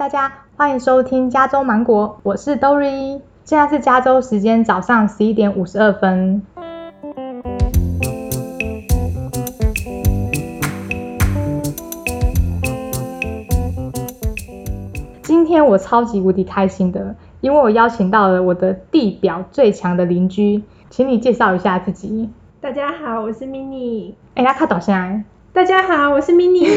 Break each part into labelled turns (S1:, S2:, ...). S1: 大家欢迎收听加州芒果，我是 Dory，现在是加州时间早上十一点五十二分。今天我超级无敌开心的，因为我邀请到了我的地表最强的邻居，请你介绍一下自己。
S2: 大家好，我是 mini。
S1: 哎、他看倒下来，
S2: 大家好，我是 mini。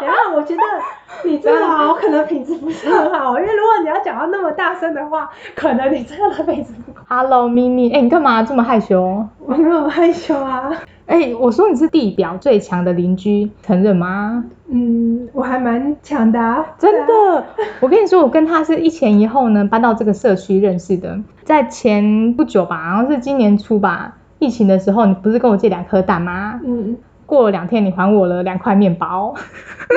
S2: 然后我觉得你这个老可能品质不是很好，因为如果你要讲到那么大声的话，可能你真的来辈子不够。
S1: Hello Mini，哎、你干嘛这么害羞？
S2: 我没有害羞啊，
S1: 哎、我说你是地表最强的邻居，承认吗？
S2: 嗯，我还蛮强的、啊，
S1: 真
S2: 对啊。
S1: 的，我跟你说，我跟他是一前一后呢，搬到这个社区认识的，在前不久吧，好像是今年初吧，疫情的时候，你不是跟我借两颗蛋吗？
S2: 嗯，
S1: 过了两天，你还我了两块面 包。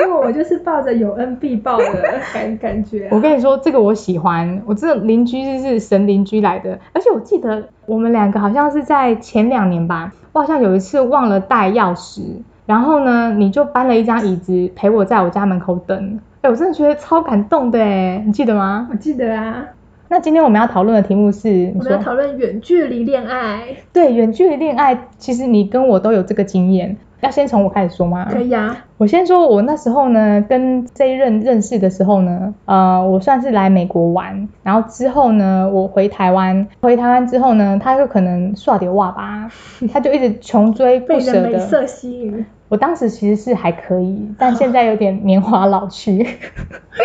S2: 因为我就是抱着有恩必报的感感觉 啊、
S1: 我跟你说，这个我喜欢，我这邻居就是神邻居来的，而且我记得我们两个好像是在前两年吧，我好像有一次忘了带钥匙，然后呢，你就搬了一张椅子陪我在我家门口等，哎，我真的觉得超感动的哎，你记得吗？
S2: 我记得啊，
S1: 那今天我们要讨论的题目是，
S2: 我
S1: 你
S2: 们
S1: 说
S2: 要讨论远距离恋爱，
S1: 对远距离恋爱，其实你跟我都有这个经验，要先从我开始说吗？
S2: 可以啊。
S1: 我先说，我那时候呢，跟这一任认识的时候呢，呃，我算是来美国玩，然后之后呢，我回台湾，回台湾之后呢，他就可能刷点袜 吧，他就一直穷追
S2: 被
S1: 不
S2: 人
S1: 舍
S2: 美
S1: 的。
S2: 色吸引，
S1: 我当时其实是还可以，但现在有点年华老 去，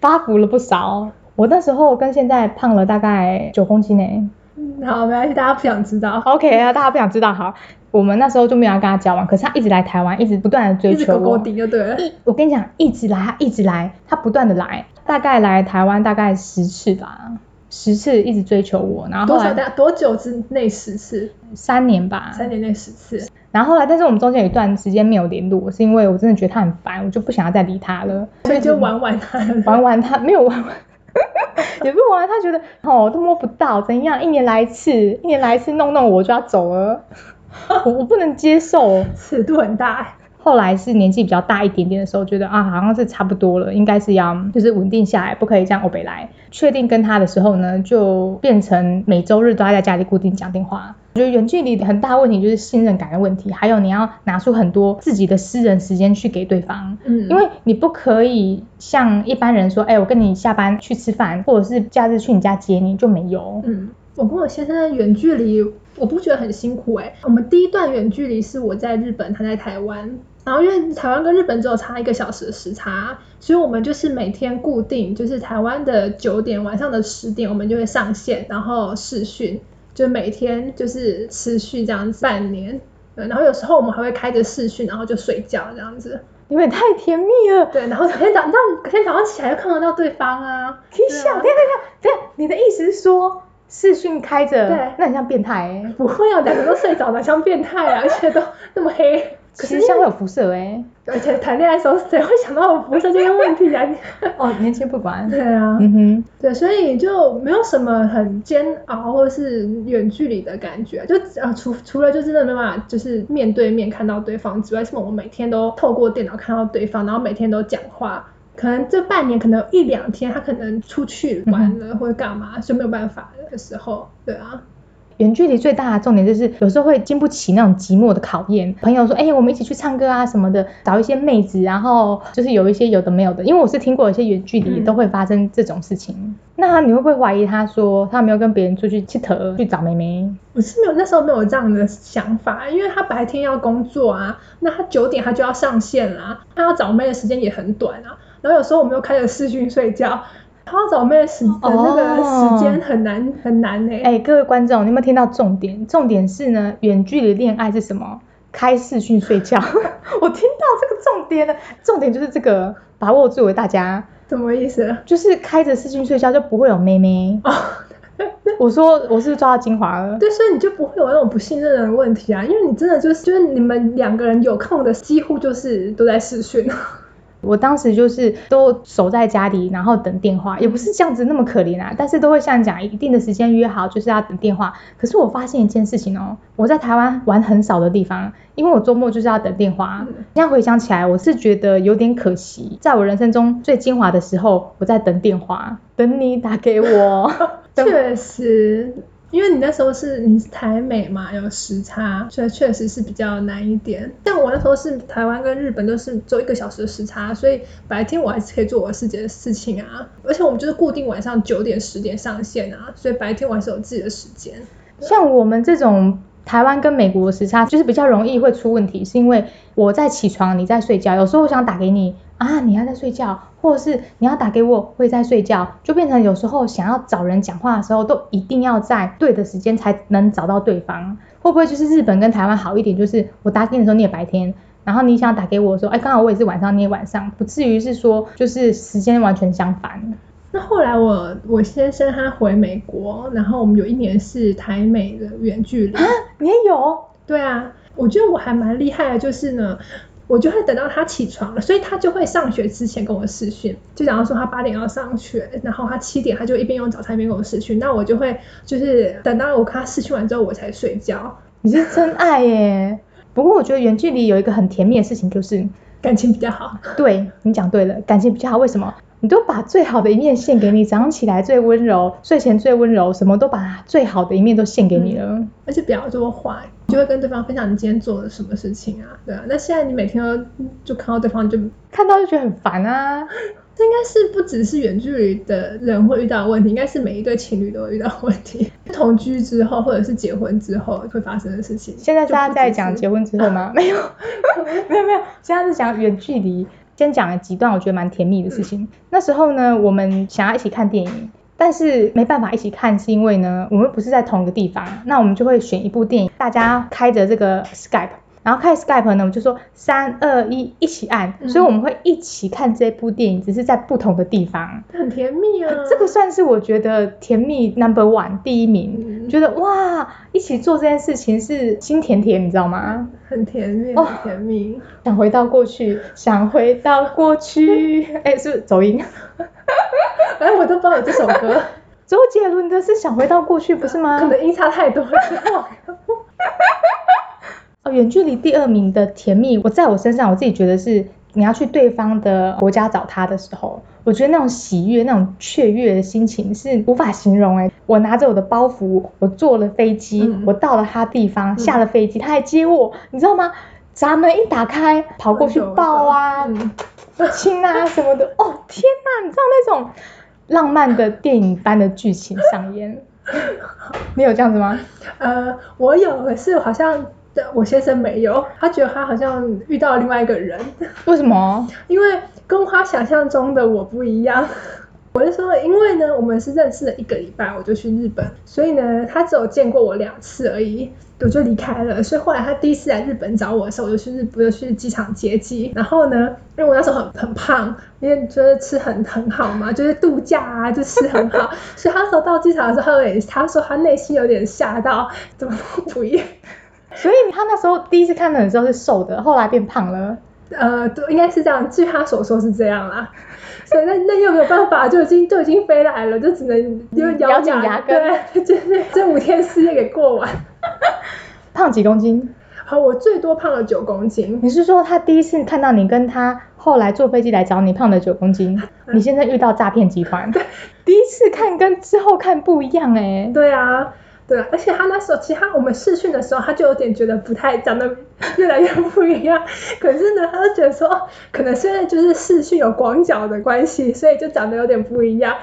S1: 发福了不少。我那时候跟现在胖了大概九公斤呢、欸
S2: 嗯好，没关系，大家不想知道，
S1: OK 啊，大家不想知道好，我们那时候就没有要跟他交往，可是他一直来台湾，一直不断的追
S2: 一直
S1: 求
S2: 勾勾
S1: 我。
S2: 顶就对了。
S1: 一我跟你讲，一直来，他一直来，他不断的来，大概来台湾大概十次吧，十次一直追求我，然后
S2: 多
S1: 后
S2: 少
S1: 来
S2: 大多久之内十次？
S1: 三年吧，
S2: 三年内十次。
S1: 然后后来，但是我们中间有一段时间没有联络，是因为我真的觉得他很烦，我就不想要再理他了，
S2: 所以就玩玩他。
S1: 玩玩他没有玩 完。也不玩完，他觉得哦都摸不到，怎样一年来一次，一年来一次弄弄我就要走了，我我不能接受。
S2: 尺度很大，
S1: 后来是年纪比较大一点点的时候，觉得啊，好像是差不多了，应该是要就是稳定下来，不可以这样欧北来。确定跟他的时候呢，就变成每周日都要在家里固定讲电话。我觉得远距离很大问题就是信任感的问题，还有你要拿出很多自己的私人时间去给对方。
S2: 嗯，
S1: 因为你不可以像一般人说，哎、我跟你下班去吃饭，或者是假日去你家接你，就没有。
S2: 嗯，我跟我先生的远距离，我不觉得很辛苦哎、我们第一段远距离是我在日本，他在台湾。然后因为台湾跟日本只有差一个小时的时差，所以我们就是每天固定，就是台湾的九点，晚上的十点，我们就会上线，然后视讯，就每天就是持续这样子半年。对，然后有时候我们还会开着视讯，然后就睡觉这样子。
S1: 因为太甜蜜了。
S2: 对，然后隔天早，你知道我隔天早上起来就看得到对方啊。
S1: 你
S2: 对啊
S1: 想，等一下等一下等一下，你的意思是说视讯开着，
S2: 对
S1: 那很像变态哎、
S2: 不会啊，两个都睡着了，像变态啊，而且都那么黑。可
S1: 其
S2: 是
S1: 实，像会有辐射 哎、
S2: 而且谈恋爱的时候，谁会想到我辐射这些问题啊？你
S1: 哦，年轻不管。
S2: 对啊，
S1: 嗯哼，
S2: 对，所以就没有什么很煎熬或是远距离的感觉，就啊除除了就真的没办法，就是面对面看到对方之外，是我们每天都透过电脑看到对方，然后每天都讲话。可能这半年可能有一两天，他可能出去玩了或者干嘛，就没有办法的时候，对啊，
S1: 远距离最大的重点就是有时候会经不起那种寂寞的考验。朋友说，哎、我们一起去唱歌啊什么的，找一些妹子，然后就是有一些有的没有的，因为我是听过有些远距离
S2: 嗯
S1: 都会发生这种事情。那你会不会怀疑他说他没有跟别人出去去头去找妹妹？
S2: 我是没有那时候没有这样的想法，因为他白天要工作啊，那他九点他就要上线啦、他要找妹的时间也很短啊。然后有时候我们又开着视讯睡觉，他要找妹的时的那个时间很难、很难呢、欸
S1: 哎、各位观众，你有没有听到重点？重点是呢，远距离恋爱是什么？开视讯睡觉。 我听到这个重点了，重点就是这个，把握住了大家。
S2: 什么意思？
S1: 就是开着视讯睡觉就不会有妹妹。
S2: 哦，
S1: 我说我是不是抓到精华了？
S2: 对，所以你就不会有那种不信任的问题啊，因为你真的就是就是你们两个人有空的几乎就是都在视讯，
S1: 我当时就是都守在家里，然后等电话，也不是这样子那么可怜啊，但是都会像你讲，一定的时间约好就是要等电话。可是我发现一件事情哦，我在台湾玩很少的地方，因为我周末就是要等电话。
S2: 嗯
S1: 现在回想起来，我是觉得有点可惜，在我人生中最精华的时候，我在等电话，等你打给我。等
S2: 确实，因为你那时候是你是台美嘛，有时差，所以确实是比较难一点。但我那时候是台湾跟日本都是只有一个小时的时差，所以白天我还是可以做我自己的事情啊。而且我们就是固定晚上九点十点上线啊，所以白天我还是有自己的时间。
S1: 像我们这种台湾跟美国的时差，就是比较容易会出问题，是因为我在起床，你在睡觉。有时候我想打给你啊，你还在睡觉，或者是你要打给我，我也在睡觉，就变成有时候想要找人讲话的时候，都一定要在对的时间才能找到对方。会不会就是日本跟台湾好一点？就是我打给你的时候你也白天，然后你想打给我的时候，哎，刚好我也是晚上，你也晚上，不至于是说就是时间完全相反。
S2: 那后来我我先生他回美国，然后我们有一年是台美的远距离。
S1: 你也有
S2: 对啊，我觉得我还蛮厉害的，就是呢，我就会等到他起床了，所以他就会上学之前跟我视讯，就假如说他八点要上学，然后他七点他就一边用早餐一边跟我视讯，那我就会就是等到我跟他视讯完之后我才睡觉，
S1: 你是真爱耶！不过我觉得远距离有一个很甜蜜的事情，就是
S2: 感情比较好。
S1: 对你讲对了，感情比较好。为什么？你都把最好的一面献给你，早上起来最温柔，睡前最温柔，什么都把最好的一面都献给你了。
S2: 而且比较多话，你就会跟对方分享你今天做了什么事情啊，对啊。那现在你每天都就看到对方就
S1: 看到就觉得很烦啊。
S2: 这应该是不只是远距离的人会遇到的问题，应该是每一对情侣都会遇到的问题。 同居之后，或者是结婚之后会发生的事情。
S1: 现在大家在讲
S2: 就
S1: 结婚之后 吗？没有， 没有，没有。现在是讲远距离。先讲了几段我觉得蛮甜蜜的事
S2: 嗯
S1: 情。那时候呢，我们想要一起看电影，但是没办法一起看，是因为呢，我们不是在同一个地方，那我们就会选一部电影，大家开着这个 Skype。然后开 Skype 呢，我们就说三二一，一起按，
S2: 嗯
S1: 所以我们会一起看这部电影，只是在不同的地方。
S2: 不只是很甜蜜啊。
S1: 这个算是我觉得甜蜜 number one 第一名，
S2: 嗯
S1: 觉得哇，一起做这件事情是心甜甜，你知道吗？
S2: 很甜蜜，
S1: 哦
S2: 很甜蜜。
S1: 想回到过去，想回到过去， 哎，是不是走音？
S2: 哎，我都不知道有这 首歌，
S1: 周杰伦的是想回到过去，不是吗
S2: 可？能音差太多了。
S1: 哦，远距离第二名的甜蜜，我在我身上我自己觉得是，你要去对方的国家找他的时候，我觉得那种喜悦、那种雀跃的心情是无法形容哎、我拿着我的包袱，我坐了飞机，
S2: 嗯
S1: 我到了他地方，下了飞机，他还接我，你知道吗？闸门一打开，跑过去
S2: 我懂
S1: 抱啊，
S2: 我懂
S1: 亲啊什么的。哦天哪，你知道那种浪漫的电影般的剧情上演， 你有这样子吗？
S2: 呃，我有，可是好像呃我先生没有，他觉得他好像遇到另外一个人。
S1: 为什么？
S2: 因为跟他想象中的我不一样。 我就说，因为呢，我们是认识了一个礼拜，我就去日本，所以呢，他只有见过我两次而已，我就离开了。所以后来他第一次来日本找我的时候，我就去日，我就去机场接机。然后呢，因为我那时候很很胖，因为就是吃很很好嘛，就是度假啊，就吃很好。 所以他那时候到机场的时候，他有点，他说他内心有点吓到，怎么都不一样。
S1: 所以他那时候第一次看的时候是瘦的，后来变胖了。
S2: 呃，对，应该是这样，据他所说是这样啦。 所以那那又没有办法，就已经就已经飞来了，就只能就咬
S1: 嗯咬紧牙根
S2: 对，就是这五天四夜给过完。
S1: 胖几公斤？
S2: 好，我最多胖了九公斤，
S1: 你是说他第一次看到你，跟他后来坐飞机来找你胖了九公斤？
S2: 嗯
S1: 你现在遇到诈骗集团，第一次看跟之后看不一样哎、
S2: 对啊，对啊，而且他那时候，其实他我们试训的时候，他就有点觉得不太长得 越来越不一样。可是呢，他就觉得说，哦可能是因为就是试训有广角的关系，所以就长得有点不一样。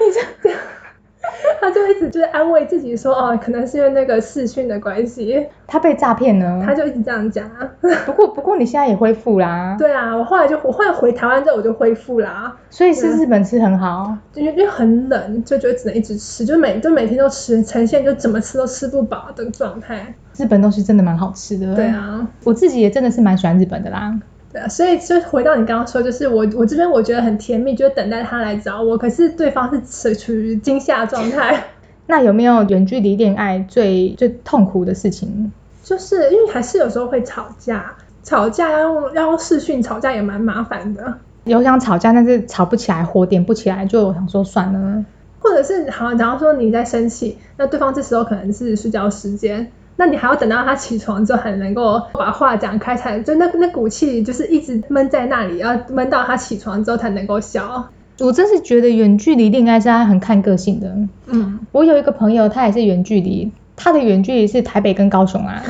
S2: 他就一直就是安慰自己说，哦，可能是因为那个试训的关系，
S1: 他被诈骗了
S2: 他。就一直这样讲啊。
S1: 不过不过你现在也恢复啦，
S2: 对啊，我后来就我后来回台湾之后我就恢复啦，
S1: 所以是日本吃很好。
S2: 因为因为很冷，就觉得只能一直吃，就每就每天都吃，呈现就怎么吃都吃不饱的状态。
S1: 日本东西真的蛮好吃的。
S2: 对，啊。
S1: 我自己也真的是蛮喜欢日本的啦。
S2: 对啊，所以就回到你刚刚说，就是我我这边我觉得很甜蜜，就是等待他来找我，可是对方是处处于惊吓状态，
S1: 那有没有远距离恋爱最最痛苦的事情？
S2: 就是因为还是有时候会吵架，吵架要用要用视讯吵架也蛮麻烦的。
S1: 有想吵架，但是吵不起来，火点不起来，就我想说算了。
S2: 或者是好，假如说你在生气，那对方这时候可能是睡觉时间，那你还要等到他起床之后，还能够把话讲开才，就那那股气就是一直闷在那里，要闷到他起床之后才能够消。
S1: 我真是觉得远距离恋爱是他很看个性的。
S2: 嗯，
S1: 我有一个朋友，他也是远距离，他的远距离是台北跟高雄啊。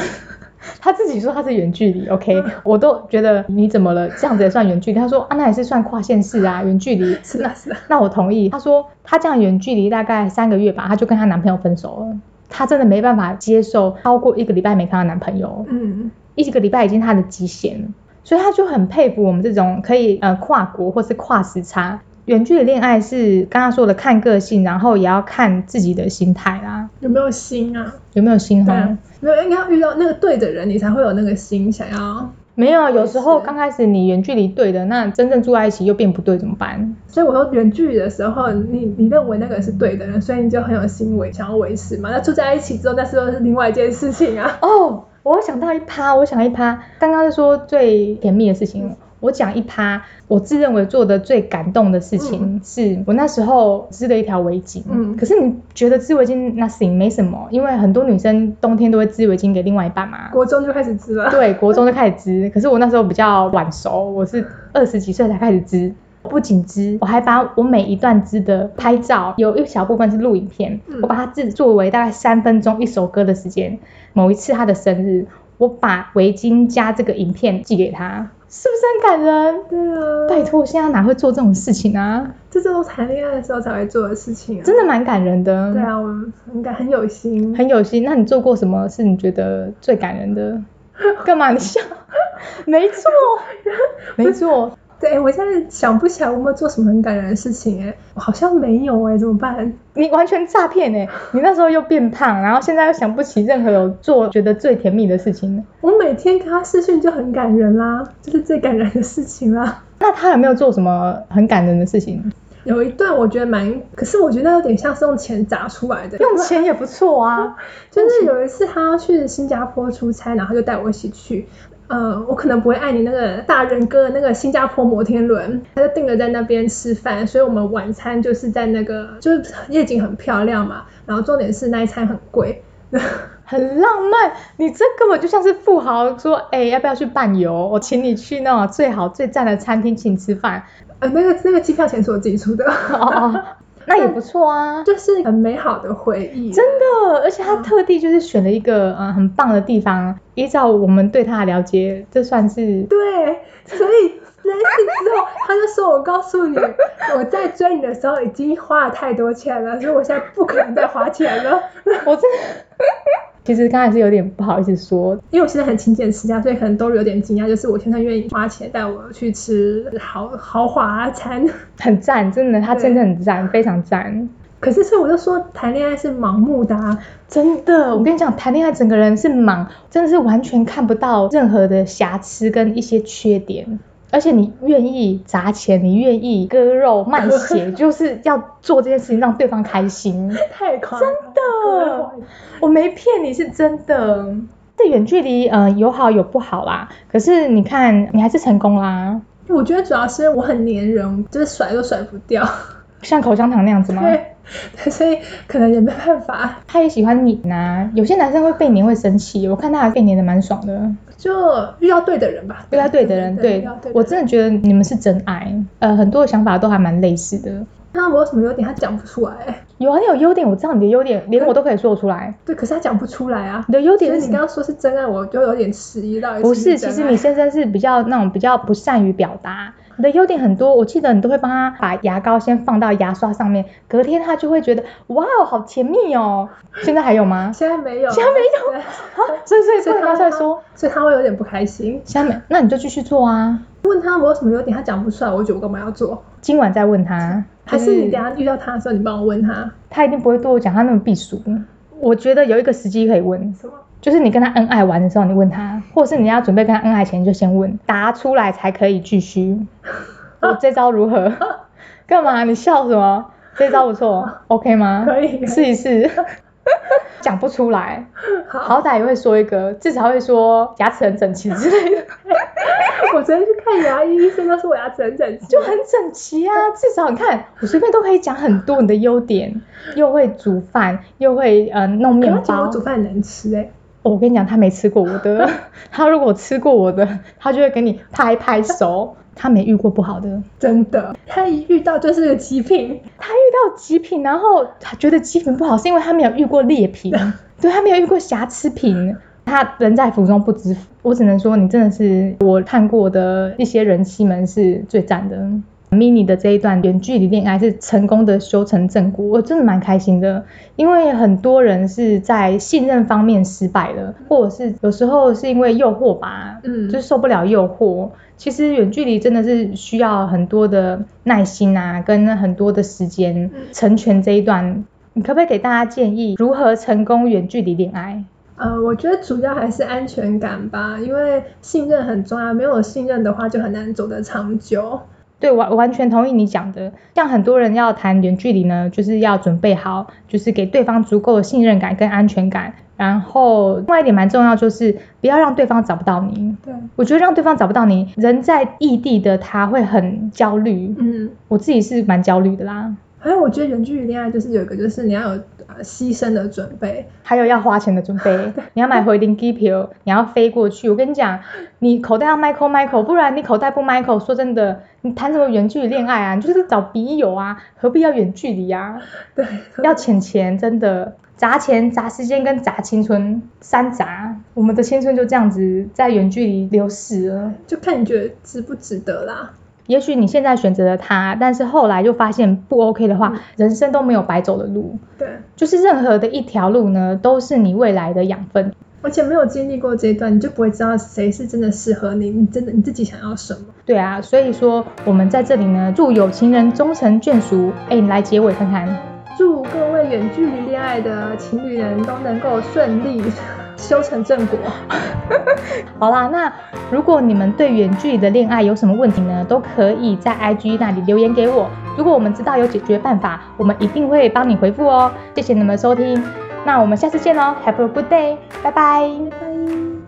S1: 他自己说他是远距离，OK，我都觉得你怎么了？这样子也算远距离？他说啊，那也是算跨县市啊，远距离。
S2: 是的，是的，
S1: 那我同意。她说她这样远距离大概三个月吧，她就跟她男朋友分手了。她真的没办法接受超过一个礼拜没看到男朋友，
S2: 嗯，
S1: 一个礼拜已经她的极限了。所以她就很佩服我们这种可以呃跨国或是跨时差远距离恋爱是刚刚说的看个性，然后也要看自己的心态啦，
S2: 有没有心啊？
S1: 有没有心
S2: 对
S1: 哈？
S2: 啊，没有应该要遇到那个对的人，你才会有那个心想要。
S1: 没有，啊有时候
S2: 是
S1: 刚开始你远距离对的，那真正住在一起又变不对怎么办？
S2: 所以我说远距离的时候，你你认为那个人是对的人，所以你就很有心维想要维持嘛。那住在一起之后，那是又是另外一件事情啊。
S1: 哦，我想到一趴，我想一趴，刚刚是说最甜蜜的事情，我讲一趴，我自认为做的最感动的事情，是我那时候织了一条围巾。
S2: 嗯
S1: 可是你觉得织围巾 nothing 没什么，因为很多女生冬天都会织围巾给另外一半嘛。
S2: 国中就开始织 了，
S1: 对，国中就开始织，可是我那时候比较晚熟，我是二十几岁才开始织。不仅织，我还把我每一段织的拍照，有一小部分是录影片，
S2: 嗯
S1: 我把它制作为大概三分钟一首歌的时间。某一次他的生日，我把围巾加这个影片寄给他，是不是很感人？嗯
S2: 对啊，
S1: 拜托，现在哪会做这种事情啊？
S2: 这是我谈恋爱的时候才会做的事情啊。
S1: 真的蛮感人的。
S2: 对，啊，我们应该很有心。
S1: 很有心。那你做过什么是你觉得最感人的？干嘛你笑？ 没错，没错，
S2: 对，我现在想不起来我有没有做什么很感人的事情哎、我好像没有哎、怎么办？
S1: 你完全诈骗哎！你那时候又变胖，然后现在又想不起任何有做觉得最甜蜜的事情。
S2: 我每天跟他视讯就很感人啦，这、是最感人的事情啦。
S1: 那他有没有做什么很感人的事情？
S2: 有一段我觉得蛮，可是我觉得有点像是用钱砸出来的，
S1: 用钱也不错啊。
S2: 就是有一次他要去新加坡出差，然后他就带我一起去。呃，我可能不会爱你那个大人哥的那个新加坡摩天轮，他就定了在那边吃饭，所以我们晚餐就是在那个，就是夜景很漂亮嘛，然后重点是那一餐很贵， 呃
S1: 很浪漫，你这根本就像是富豪说，哎、要不要去伴游？我请你去那种最好最赞的餐厅请你吃饭，
S2: 呃，那个那个机票钱是我自己出的，
S1: 哦哦，那也不错啊，
S2: 就是很美好的回忆。
S1: 真的。而且他特地就是选了一个嗯很棒的地方，依照我们对他的了解，这算是
S2: 对，所以认识之后，他就说：“我告诉 你，我在追你的时候已经花了太多钱了，所以我现在不可能再花钱了。
S1: 我真的。 其实刚才是有点不好意思说，
S2: 因为我现在很勤俭持家，所以可能都有点惊讶，就是我先生愿意花钱带我去吃豪豪华餐。
S1: 很赞，真的，他
S2: 对
S1: 真的很赞，非常赞，
S2: 可是，所以我就说，谈恋爱是盲目的、啊，
S1: 真的。我跟你讲，谈恋爱整个人是忙，真的是完全看不到任何的瑕疵跟一些缺点。而且你愿意砸钱，你愿意割肉卖血， 就是要做这件事情让对方开心。
S2: 太夸张了。
S1: 真我没骗你，是真的。这远距离，呃，有好有不好啦。可是你看，你还是成功啦，
S2: 我觉得主要是因为我很粘人，就是甩都甩不掉，
S1: 像口香糖那样子吗？
S2: 对， 对所以可能也没办法。
S1: 他也喜欢你啊。有些男生会被黏会生气，我看他还被黏的蛮爽的。
S2: 就遇到对的人吧，
S1: 对啊，对的人，
S2: 遇
S1: 对
S2: 到对的
S1: 我
S2: 人
S1: 真的觉得你们是真爱。呃，很多的想法都还蛮类似的。
S2: 那我有什么优点，他讲不出来，
S1: 有啊，你有优点，我知道你的优点，连我都可以说得出来。
S2: 对，可是他讲不出来啊。
S1: 你的优
S2: 所以
S1: 点是
S2: 你
S1: 什么
S2: 刚刚说是真爱，我就有点迟疑到底
S1: 不
S2: 是
S1: 是？
S2: 真
S1: 其
S2: 爱
S1: 实你先生是比较那种比较不善于表达。你的优点很多，我记得你都会帮他把牙膏先放到牙刷上面，隔天他就会觉得哇哦，好甜蜜哦。 现在还有吗？
S2: 现在没有，
S1: 现在没
S2: 有，
S1: 啊，所以所以
S2: 所
S1: 所
S2: 以
S1: 以
S2: 他
S1: 他在说，
S2: 所以他会有点不开心。
S1: 下面那你就继续做啊，
S2: 问他我有什么优点，他讲不出来，我觉得我干嘛要做？
S1: 今晚再问他。
S2: 还是你
S1: 就是
S2: 等一下遇到他的时候，你帮我问他
S1: 他一定不会对我讲他那么避暑。我觉得有一个时机可以问，
S2: 什么？
S1: 就是你跟他恩爱完的时候，你问他，或者是你要准备跟他恩爱前，你就先问，答出来才可以继续。 我这招如何？干嘛？你笑什么？这招不错，OK 吗？
S2: 可以，
S1: 试一试。讲不出来，
S2: 好，
S1: 好歹也会说一个，至少会说牙齿很整齐之类的。
S2: 我昨天去看牙医，医生都说我牙齿很整齐，
S1: 就很整齐啊。至少你看，我随便都可以讲很多你的优点，又会煮饭，又会呃弄
S2: 不
S1: 面
S2: 要讲
S1: 包
S2: 我。煮饭很难吃哎、
S1: 哦我跟你讲，他没吃过我 的，他如果吃过我的，他就会给你拍拍手。他没遇过不好的，
S2: 真的，他一遇到就是个极品，
S1: 他遇到极品，然后他觉得极品不好，是因为他没有遇过劣品，对他没有遇过瑕疵品，他人在福中不知福。我只能说，你真的是我看过的一些人妻们是最赞的。mini 的这一段远距离恋爱是成功的修成正果，我真的蛮开心的，因为很多人是在信任方面失败了，或者是有时候是因为诱惑吧，
S2: 嗯
S1: 就是受不了诱惑。其实远距离真的是需要很多的耐心啊，跟很多的时间
S2: 嗯
S1: 成全这一段。你可不可以给大家建议如何成功远距离恋爱？
S2: 呃，我觉得主要还是安全感吧，因为信任很重要，没有信任的话就很难走得长久。
S1: 对，完完全同意你讲的。像很多人要谈远距离呢，就是要准备好，就是给对方足够的信任感跟安全感。然后，另外一点蛮重要，就是不要让对方找不到你。
S2: 对，
S1: 我觉得让对方找不到你，人在异地的他会很焦虑。
S2: 嗯，
S1: 我自己是蛮焦虑的啦，
S2: 还有我觉得远距离恋爱就是有一个就是你要有呃牺牲的准备，
S1: 还有要花钱的准备，你要买回零机票， 你要飞过去。我跟你讲，你口袋要 Michael Michael，不然你口袋不 Michael，说真的，你谈什么远距离恋爱啊？你就是找笔友啊，何必要远距离啊？
S2: 对，
S1: 要钱钱，真的砸钱、砸时间跟砸青春三砸，我们的青春就这样子在远距离流逝了。
S2: 就看你觉得值不值得啦。
S1: 也许你现在选择了他，但是后来就发现不 OK 的话，
S2: 嗯
S1: 人生都没有白走的路。
S2: 对，
S1: 就是任何的一条路呢，都是你未来的养分。
S2: 而且没有经历过这一段，你就不会知道谁是真的适合你，你真的你自己想要什么。
S1: 对啊，所以说我们在这里呢，祝有情人终成眷属。哎，你来结尾看看。
S2: 祝各位远距离恋爱的情侣人都能够顺利 修成正果。
S1: 好啦，那如果你们对远距离的恋爱有什么问题呢，都可以在 IG 那里留言给我。如果我们知道有解决办法，我们一定会帮你回复哦。谢谢你们的收听，那我们下次见喽，Have a good day，拜拜
S2: 拜拜。